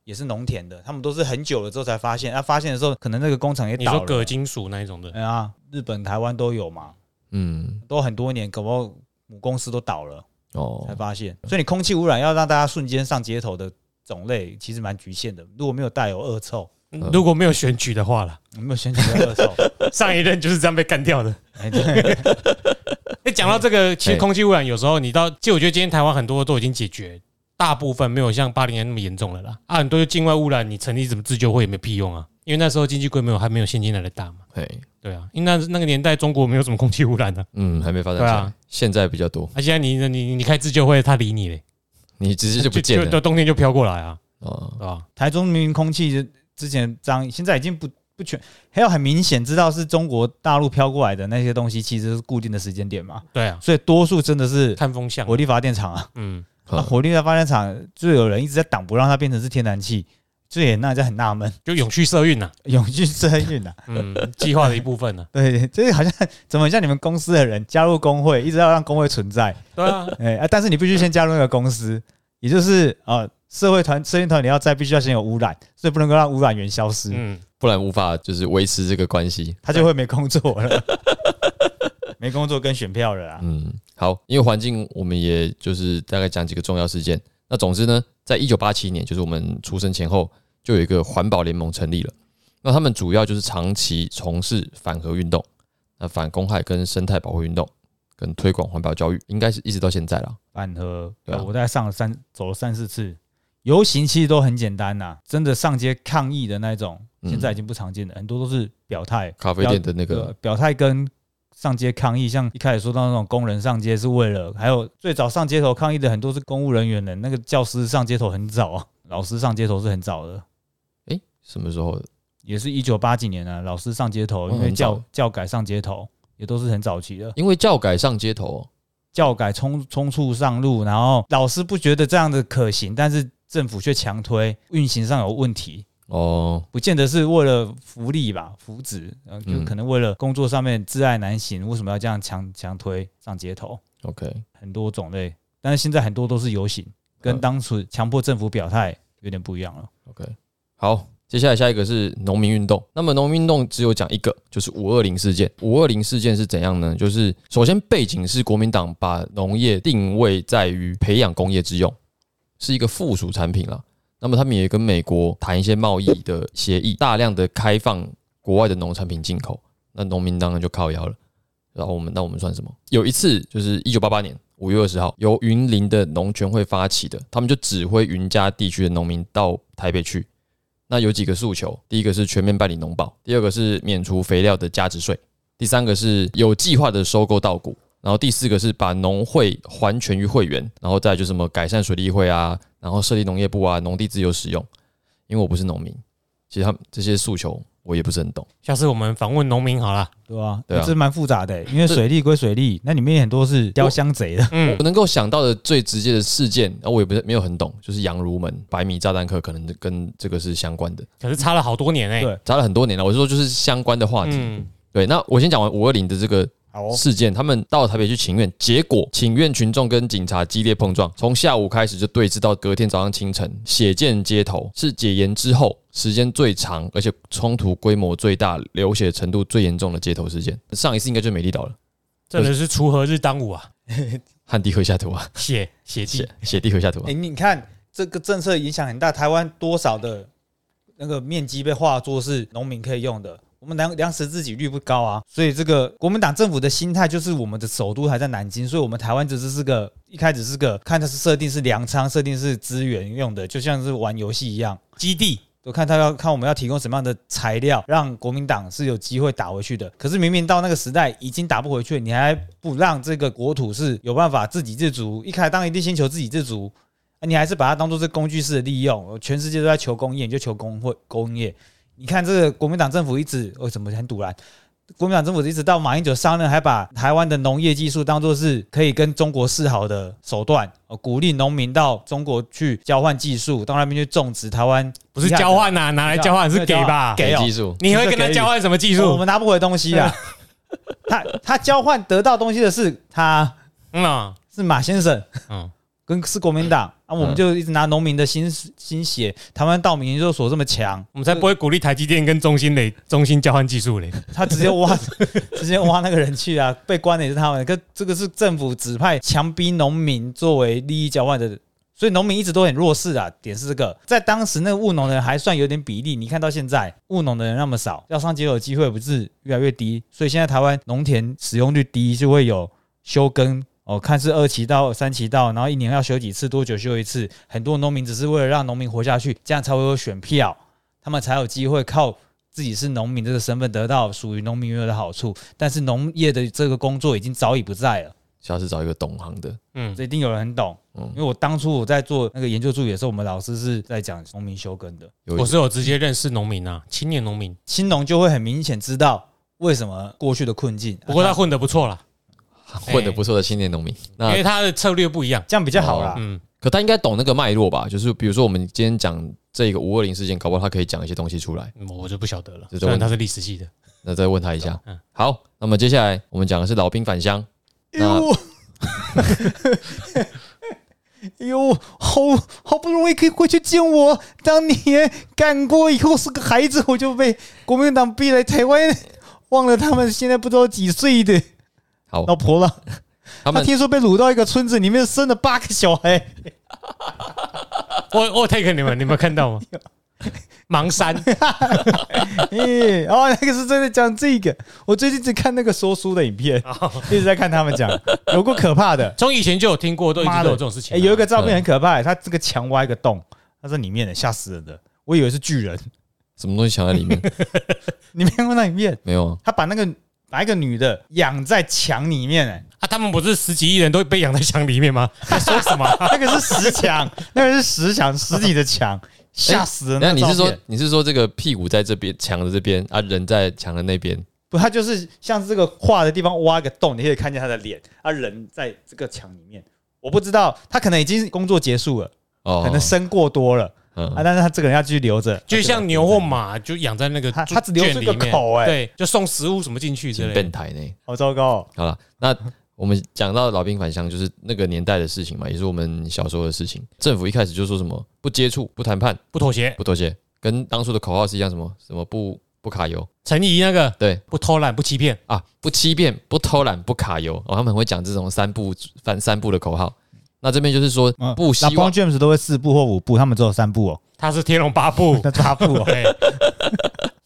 S3: 也是农田的，他们都是很久了之后才发现。啊，发现的时候，可能那个工厂也
S1: 你
S3: 倒
S1: 说
S3: 了。
S1: 铬金属那一种的，
S3: 哎呀，日本、台湾都有嘛，
S2: 嗯，
S3: 都很多年，搞不好母公司都倒了
S2: 哦
S3: 才，发现。所以你空气污染要让大家瞬间上街头的种类，其实蛮局限的。如果没有带有恶臭，
S1: 如果没有选举的话啦，
S3: 没有选举的恶臭，
S1: 上一任就是这样被干掉的。
S3: 哎，对，
S1: 哎，讲到这个，其实
S2: 哎
S1: 空气污染有时候你到，其实我觉得今天台湾很多都已经解决，大部分没有像八零年那么严重了啦。啊，很多就境外污染，你成立什么自救会也没屁用啊，因为那时候经济规模还没有现今来的大嘛。
S2: 嘿，
S1: 对啊，因为那那个年代中国没有什么空气污染的、
S2: 嗯，还没发展起
S1: 对
S2: 来，
S1: 啊
S2: 现在比较多，
S1: 啊，现在你你你开自救会，他理你嘞，
S2: 你直接就不见了
S1: 就冬天就飘过来啊，
S2: 哦
S1: 对吧？
S3: 台中明明空气之前脏，现在已经不不全，还有很明显知道是中国大陆飘过来的那些东西，其实是固定的时间点嘛，
S1: 对啊，
S3: 所以多数真的是
S1: 看风向，
S3: 火力发电厂啊，
S1: 嗯，
S3: 啊火力发电厂就有人一直在挡，不让它变成是天然气，这也让人家很纳闷，
S1: 就永续社运呐、
S3: 永续生运啊，
S1: 嗯，计划的一部分 呢、
S3: 对对，这个好像怎么很像你们公司的人加入工会，一直要让工会存在，
S1: 对啊，
S3: 哎、啊，但是你必须先加入那个公司，也就是呃社会团社运团你要在，必须要先有污染，所以不能够让污染源消失。
S1: 嗯，
S2: 不然无法就是维持这个关系。
S3: 他就会没工作了， 没工作跟选票了啦。
S2: 嗯，好，因为环境，我们也就是大概讲几个重要事件。那总之呢，在一九八七年，就是我们出生前后，就有一个环保联盟成立了。那他们主要就是长期从事反核运动、那反公害跟生态保护运动，跟推广环保教育，应该是一直到现在了。
S3: 反和，
S2: 对啊
S3: 呃我大概上了三走了三四次，游行其实都很简单呐、啊真的上街抗议的那种，
S2: 嗯
S3: 现在已经不常见了，很多都是表态，
S2: 咖啡店的那
S3: 表
S2: 个，
S3: 表态跟上街抗议，像一开始说到那种工人上街是为了，还有最早上街头抗议的很多是公务人员的，那个教师上街头很早啊，老师上街头是很早的。
S2: 哎、什么时候的？
S3: 也是一九八几年啊，老师上街头，
S2: 哦
S3: 因为
S2: 很早
S3: 教教改上街头，也都是很早期的。
S2: 因为教改上街头哦、
S3: 教改冲冲促上路，然后老师不觉得这样的可行，但是政府却强推，运行上有问题，
S2: 哦，
S3: 不见得是为了福利吧，福祉，呃，就
S2: 嗯
S3: 可能为了工作上面挚爱难行，为什么要这样强强推上街头？
S2: OK，
S3: 很多种类，但是现在很多都是游行，跟
S2: 嗯
S3: 当初强迫政府表态有点不一样了。
S2: OK，好，接下来下一个是农民运动。那么农民运动只有讲一个，就是五二零事件。五二零事件是怎样呢？就是首先背景是国民党把农业定位在于培养工业之用，是一个附属产品啦。那么他们也跟美国谈一些贸易的协议，大量的开放国外的农产品进口，那农民当然就靠腰了。然后我们那我们算什么？有一次就是一九八八年五月二十号，由云林的农权会发起的，他们就指挥云嘉地区的农民到台北去。那有几个诉求，第一个是全面办理农保，第二个是免除肥料的价值税，第三个是有计划的收购稻谷，然后第四个是把农会还权于会员，然后再来就是什么改善水利会啊，然后设立农业部啊，农地自由使用。因为我不是农民，其实他们这些诉求我也不是很懂。
S1: 下次我们访问农民好了。
S3: 对吧、
S2: 对啊
S3: 这蛮复杂的、因为水利归水利，那里面很多是雕箱 贼的。
S1: 嗯
S2: 我，能够想到的最直接的事件，啊我也不是没有很懂，就是羊如门百米炸弹客，可能跟这个是相关的，
S1: 可是差了好多年哎、
S3: 对
S2: 砸了很多年了。我是说，就是相关的话题。
S1: 嗯，
S2: 对，那我先讲完五二零的这个
S3: 好哦
S2: 事件，他们到台北去请愿，结果请愿群众跟警察激烈碰撞，从下午开始就对峙到隔天早上清晨，血溅街头，是解严之后时间最长，而且冲突规模最大、流血程度最严重的街头事件。上一次应该就是美丽岛了，
S1: 真的是锄禾日当午啊，
S2: 旱地回下土啊，
S1: 血血迹
S2: 血。血地回下土啊
S3: 哎、，你看这个政策影响很大，台湾多少的那个面积被划作是农民可以用的，我们粮粮食自给率不高啊，所以这个国民党政府的心态就是我们的首都还在南京，所以我们台湾只是是个一开始是个看它是设定是粮仓，设定是资源用的，就像是玩游戏一样。
S1: 基地，
S3: 都看他要看我们要提供什么样的材料，让国民党是有机会打回去的。可是明明到那个时代已经打不回去，你还不让这个国土是有办法自给自足？一开始当一地先求自给自足，啊你还是把它当做是工具式的利用。呃全世界都在求工业，你就求工会工业。你看这个国民党政府一直为什么很堵然？国民党政府一直到马英九上任，还把台湾的农业技术当做是可以跟中国示好的手段，呃鼓励农民到中国去交换技术，到那边去种植台湾
S1: 不是
S3: 一样的
S1: 交换呐、拿来交换是给吧？
S3: 给哦
S2: 技术。
S1: 你会跟他交换什么技
S3: 哦我
S1: 术？
S3: 们拿不回东 西啊。他他交换得到东西的是他
S1: 嗯啊
S3: 是马先生
S1: 嗯，
S3: 跟是国民党啊，我们就一直拿农民的心心血，台湾道明研究所这么强，
S1: 我们才不会鼓励台积电跟中芯嘞，中芯交换技术嘞。
S3: 他直接挖 直接挖那个人去啊，被关的也是他们，可这个是政府指派强逼农民作为利益交换的。所以农民一直都很弱势啊，点是这个，在当时那个务农的人还算有点比例，你看到现在务农的人那么少，要上街头的机会不是越来越低，所以现在台湾农田使用率低，就会有休耕哦，看是二期到三期到，然后一年要休几次，多久休一次，很多农民只是为了让农民活下去，这样才会有选票，他们才有机会靠自己是农民这个身份得到属于农民原有的好处，但是农业的这个工作已经早已不在了，
S2: 下次找一个懂行的，
S1: 嗯，
S3: 这一定有人很懂。
S2: 嗯
S3: 因为我当初我在做那个研究助理的时候，我们老师是在讲农民休耕的，
S2: 有
S1: 我是有直接认识农民啊，青年农民。
S3: 青农就会很明显知道为什么过去的困境。
S1: 不过
S3: 啊
S1: 他混得不错啦，
S2: 混得不错的青年农民。
S1: 因
S2: 那
S1: 为他的策略不一样。
S3: 这样比较好啦。
S1: 嗯，
S2: 可他应该懂那个脉络吧？就是比如说我们今天讲这个五二零事件，搞不好他可以讲一些东西出来。
S1: 嗯我我就不晓得了。
S2: 这
S1: 虽然
S2: 种
S1: 他是历史系的，
S2: 那再问他一下
S1: 嗯。
S2: 好，那么接下来我们讲的是老兵返乡。那
S3: 哎呦，好好不容易可以回去见我，当年干过以后是个孩子，我就被国民党逼来台湾，忘了他们现在不知道几岁的
S2: 好，
S3: 老婆了。
S2: 哦他
S3: 他
S2: 们
S3: 听说被掳到一个村子里面，生了八个小 孩。
S1: 我我 take 你们，你们看到 吗？盲山，
S3: 哎，哦，那个是真的讲这个。我最近只看那个说书的影 片，
S2: 哦
S3: 一直在看他们讲，有够可怕的。
S1: 从以前就有听过，都一直
S3: 妈
S1: 都
S3: 的
S1: 有这种事情
S3: 哎，
S1: 啊。
S3: 有一个照
S2: 嗯
S3: 片很可怕，他这个墙挖一个洞，他在里面的，吓死人的。我以为是巨人，
S2: 什么东西藏在里 面？
S3: 你没看过那影片？
S2: 没有啊？
S3: 他把那个把一个女的养在墙里面、 哎，
S1: 啊，他们不是十几亿人都被养在墙里面吗？在说什么啊？
S3: 那个是石墙， 那个是石墙，实体的墙，吓死人！
S2: 哎那你是
S3: 照片
S2: 说你是说这个屁股在这边墙的这边啊，人在墙的那边？
S3: 不？他就是像这个画的地方挖一个洞，你可以看见他的脸，他人在这个墙里面。我不知道他可能已经工作结束了，
S2: 哦，
S3: 可能生过多了、啊，
S2: 嗯，
S3: 但是他这个人要继续留着，
S1: 就像牛或马，就养在那个
S3: 它
S1: 猪
S3: 它只留出
S1: 圈
S3: 一个
S1: 里面
S3: 口哎
S1: 对，就送食物什么进去之
S2: 挺
S1: 类
S2: 变
S1: 的。
S2: 态呢。
S3: 好糟糕、哦。
S2: 好了，那我们讲到老兵返乡，就是那个年代的事情嘛，也是我们小时候的事情。政府一开始就说什么不接触、不谈判、
S1: 不妥协，
S2: 不妥协，跟当初的口号是一样，什么什么不不卡油，
S1: 陈怡那个
S2: 对
S1: 不偷懒不欺骗，
S2: 啊，不欺骗、不偷懒、不卡油。哦，他们很会讲这种三不反三不的口号。那这边就是说
S3: 嗯
S2: 不希
S3: 那 b
S2: 望
S3: o James 都会四步或五步，他们只有三步哦， ，
S1: 他是天龙八部哎
S3: 那八步哦。
S1: 对，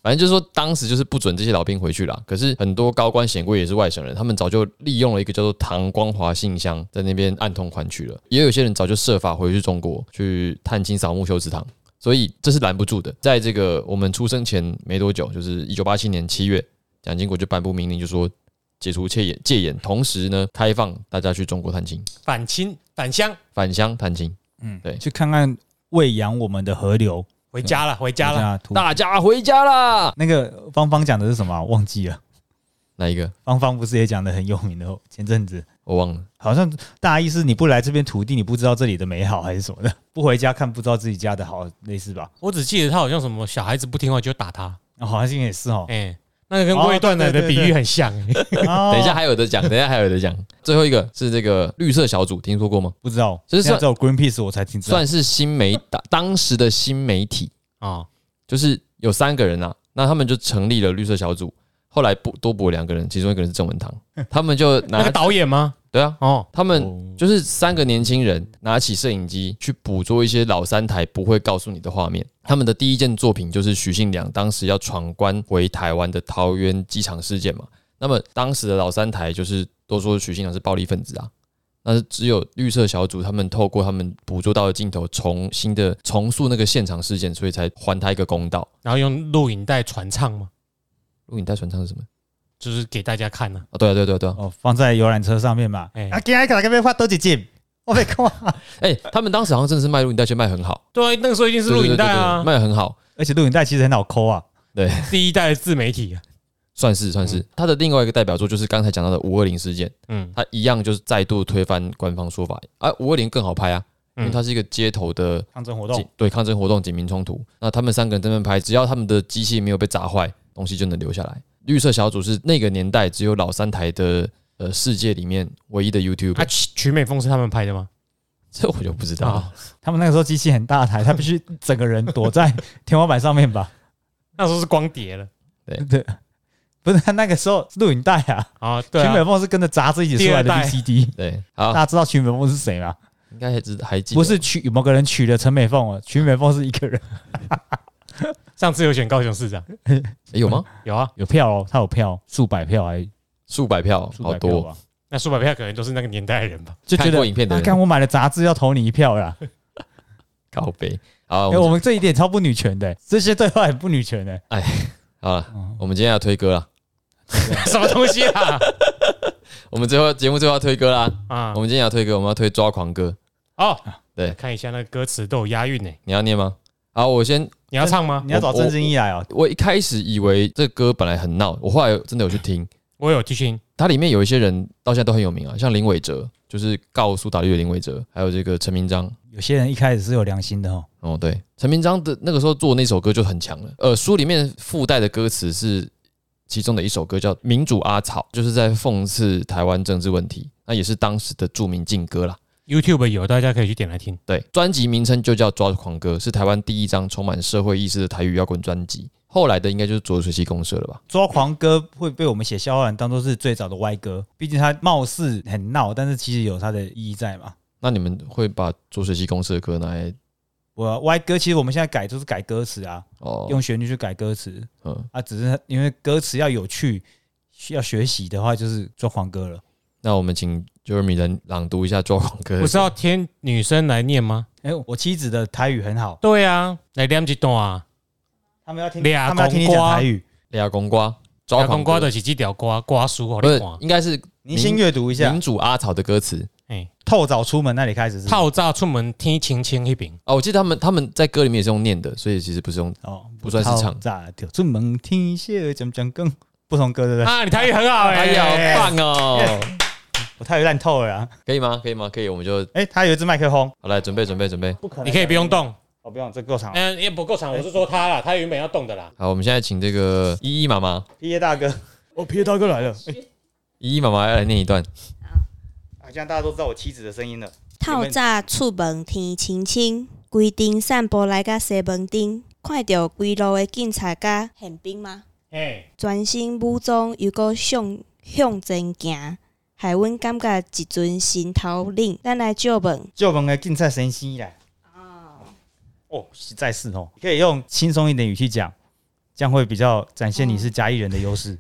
S2: 反正就是说，当时就是不准这些老兵回去啦。可是很多高官显贵也是外省人，他们早就利用了一个叫做唐光华信箱，在那边暗通款曲了。也有些人早就设法回去中国去探亲扫墓修祠堂，所以这是拦不住的。在这个我们出生前没多久，就是一九八七年七月，蒋经国就颁布命令，就说解除戒严，戒严，同时呢开放大家去中国探亲，
S1: 反清返乡，
S2: 返乡探亲。
S3: 嗯，
S2: 对
S3: 去看看喂养我们的河流，
S1: 回家
S3: 嗯
S1: 了，回家
S3: 这
S1: 了。
S3: 样 图
S2: 大家回家啦！
S3: 那个芳芳讲的是什么啊、忘记了。
S2: 哪一个？
S3: 芳芳不是也讲的很有名的哦，前阵子
S2: 我忘了。
S3: 好像大意是你不来这边土地，你不知道这里的美好还是什么的，不回家看不知道自己家的好，类似吧？
S1: 我只记得他好像什么小孩子不听话就打他，
S3: 哦好像也是哦。
S1: 哎，那个跟魏断奶的比喻很像。哎
S3: 等
S2: 等一下，还有的 讲，等一下还有的讲。最后一个是这个绿色小组，听说过吗？
S3: 不知道，
S2: 就是
S3: 现在
S2: 算
S3: 只有 Greenpeace 我才听知道。
S2: 算是新媒当 当时的新媒体，
S1: 哦，
S2: 就是有三个人啊，那他们就成立了绿色小组。后来不多补两个人，其中一个人是郑文 堂，他们就
S1: 那个
S2: 拿
S1: 导演吗？
S2: 对啊，
S1: 哦，
S2: 他们
S3: 哦
S2: 就是三个年轻人拿起摄影机去捕捉一些老三台不会告诉你的画面。他们的第一件作品就是许信良当时要闯关回台湾的桃园机场事件嘛。那么当时的老三台就是都说许信良是暴力分子啊，但是只有绿色小组他们透过他们捕捉到的镜头，重新的重塑那个现场事件，所以才还他一个公道。
S1: 然后用录影带传唱嘛，
S2: 录影带传唱是什么？
S1: 就是给大家看呢。
S2: 啊，对啊，对啊对啊对啊！
S3: 哦，放在游览车上面嘛。
S1: 哎
S3: 啊，今天可能那边花多几斤，我被看啊。
S2: 哎、他们当时好像真的是卖录影带，却卖很好，
S1: 对啊，那个时候一定是录
S2: 对
S1: 影带
S2: 对对对
S1: 啊
S2: 对，卖得很好。
S3: 而且录影带其实很好抠啊。
S1: 第一代的自媒体啊。
S2: 算是算
S3: 嗯
S2: 是。他的另外一个代表作就是刚才讲到的五二零事件，
S1: 嗯，
S2: 他一样就是再度推翻官方说法，而五二零更好拍啊，
S3: 嗯
S2: 因为它是一个街头的
S3: 抗争活
S2: 警
S3: 动，
S2: 对抗争活动、警民冲突。那他们三个人在那边拍，只要他们的机器没有被砸坏，东西就能留下来。绿色小组是那个年代只有老三台的呃世界里面唯一的 YouTube，、
S1: 啊，曲曲美风是他们拍的吗？
S2: 这我就不知道。
S1: 啊，
S3: 他们那个时候机器很大台，他必须整个人躲在天花板上面吧？
S1: 那时候是光碟了
S3: 对，不是他那个时候是录影带啊，
S1: 啊，对
S3: 曲
S1: 啊
S3: 美，凤是跟着杂志一起出来的
S1: 第二代
S3: VCD。
S2: 对，
S3: 大
S2: 好，
S3: 家知道曲美凤是谁吗？
S2: 应该还知还记得
S3: 不是娶某个人娶了陈美凤哦，曲美凤是一个人
S1: 上次有选高雄市长，
S2: 诶哎有吗？
S1: 有啊，
S3: 有票哦，他有票，数百票还
S2: 数百票，
S3: 数
S2: 好
S3: 百票
S2: 多。
S3: 吧，
S1: 那数百票可能都是那个年代的人吧。
S3: 就觉
S2: 看过
S3: 得
S2: 影片的
S3: 啊，
S2: 人
S3: 看我买了杂志要投你一票啦。
S2: 靠背。好，
S3: 哎、
S2: 我们
S3: 我们这一点超不女权的、这些对话很不女权的、
S2: 好了，
S3: 嗯
S2: 我们今天要推歌了。
S1: 什么东西啊？
S2: 我们最后节目最后要推歌啦。
S1: 啊
S2: 我，们今天要推歌，我们要推抓狂歌，
S1: 哦，
S2: 对
S1: 看一下那个歌词都有押韵呢。
S2: 你要念吗？好，我先，
S1: 你要唱吗？
S3: 你要找郑正义来哦、
S2: 啊我一开始以为这歌本来很闹，我后来真的有去听，
S1: 我有提醒，
S2: 它里面有一些人到现在都很有名啊，像林伟哲，就是告诉打绿的林伟哲，还有这个陈明章。
S3: 有些人一开始是有良心的哦、
S2: 哦，对，陈明章的那个时候做那首歌就很强了。呃，书里面附带的歌词是其中的一首歌叫《民主阿草》，就是在讽刺台湾政治问题，那也是当时的著名禁歌啦。
S1: YouTube 有，大家可以去点来听。
S2: 对，专辑名称就叫《抓狂歌》，是台湾第一张充满社会意识的台语摇滚专辑。后来的应该就是浊水溪公社了吧？
S3: 抓狂歌会被我们写笑话人当做是最早的歪歌，毕竟它貌似很闹，但是其实有它的意义在嘛。
S2: 那你们会把浊水溪公社的歌拿来
S3: 我歪歌其实我们现在改就是改歌词啊，
S2: 哦？
S3: 用旋律去改歌词
S2: 嗯，
S3: 啊，只是因为歌词要有趣，需要学习的话就是抓狂歌了。
S2: 那我们请 Jeremy 来朗读一下《抓狂歌》。
S1: 不是要添女生来念吗？
S3: 哎、我妻子的台语很好，
S1: 对啊，来念一段啊。
S3: 他们要听，
S1: 俩
S3: 他们要听你
S1: 公
S3: 讲
S1: 瓜
S3: 台语，
S2: 俩公瓜，抓
S1: 阿
S2: 狂
S1: 公瓜
S2: 歌
S1: 的是几条瓜瓜书哦，
S2: 不
S1: 你
S2: 是
S1: 看。
S2: 应该是
S3: 您先阅读一下
S2: 民
S3: 《
S2: 主阿草的歌词
S1: 哎，
S3: 透早出门》那里开始是
S1: 泡炸出门天晴晴那边，
S2: 哦。我记得他们他们在歌里面也是用念的，所以其实不是用
S3: 哦，
S2: 不算是唱
S3: 透早出门听些讲讲更不同歌，对不对？
S1: 啊，你台语很好
S2: 哎呀，
S1: 哎，
S2: 好棒哦！
S3: 我台语烂透了啊！
S2: 可以吗？可以吗？可以，我们就
S3: 哎、他有一支麦克风，
S2: 好来准备准备准备。
S3: 不可
S1: 你可以不用动，
S3: 哦，不用，这够长了。
S1: 嗯，也不够长，我是说他啦，他原本要动的啦。
S2: 好，我们现在请这个依依妈妈，
S3: P A 大哥，哦，P A 大哥来了，哎
S2: 依依妈妈要来念一段。
S3: 啊，这样大家都知道我妻子的声音了。
S5: 透早出门天晴晴，规定散步来到西门町，看到规路的警察甲宪兵吗？
S1: 哎，
S5: 全身武装又搁向向前行，害阮感觉一阵心头冷。咱来借问，
S3: 就门的竞赛神仙啦。哦，实在是哦，可以用轻松一点语气讲。这样会比较展现你是嘉义人的优势。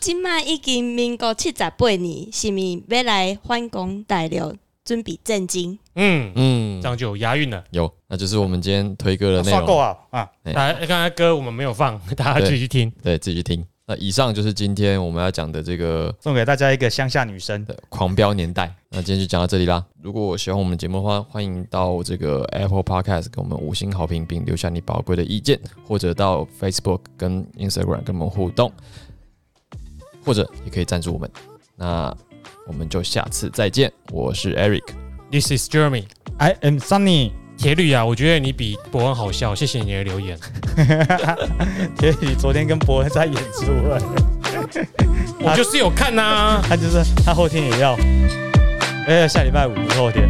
S5: 即卖已经民国七十八年，是毋要来反攻大陆，准备战争？
S1: 嗯，
S2: 嗯
S1: 这，样就有押韵了。
S2: 有，那就是我们今天推 歌的内
S3: 刷够
S2: 容，
S3: 啊啊！
S2: 对
S1: 大家刚才歌我们没有放， 大家继续听。
S2: 对自己去听。那以上就是今天我们要讲的这个
S3: 送给大家一个乡下女生，
S2: 呃狂飙年代。那今天就讲到这里啦。如果喜欢我们节目的话，欢迎到这个 Apple Podcast 给我们五星好评，并留下你宝贵的意见，或者到 Facebook 跟 Instagram 跟我们互动，或者也可以赞助我们。那我们就下次再见。我是 Eric，
S1: This is Jeremy。
S3: I am 哎嗯 Sunny，
S1: 铁律啊，我觉得你比伯恩好笑，谢谢你的留言。
S3: 铁宇昨天跟伯恩在演出 了，
S1: 我就是有看呐、啊
S3: 他就是他后天也要，哎，下礼拜五后天。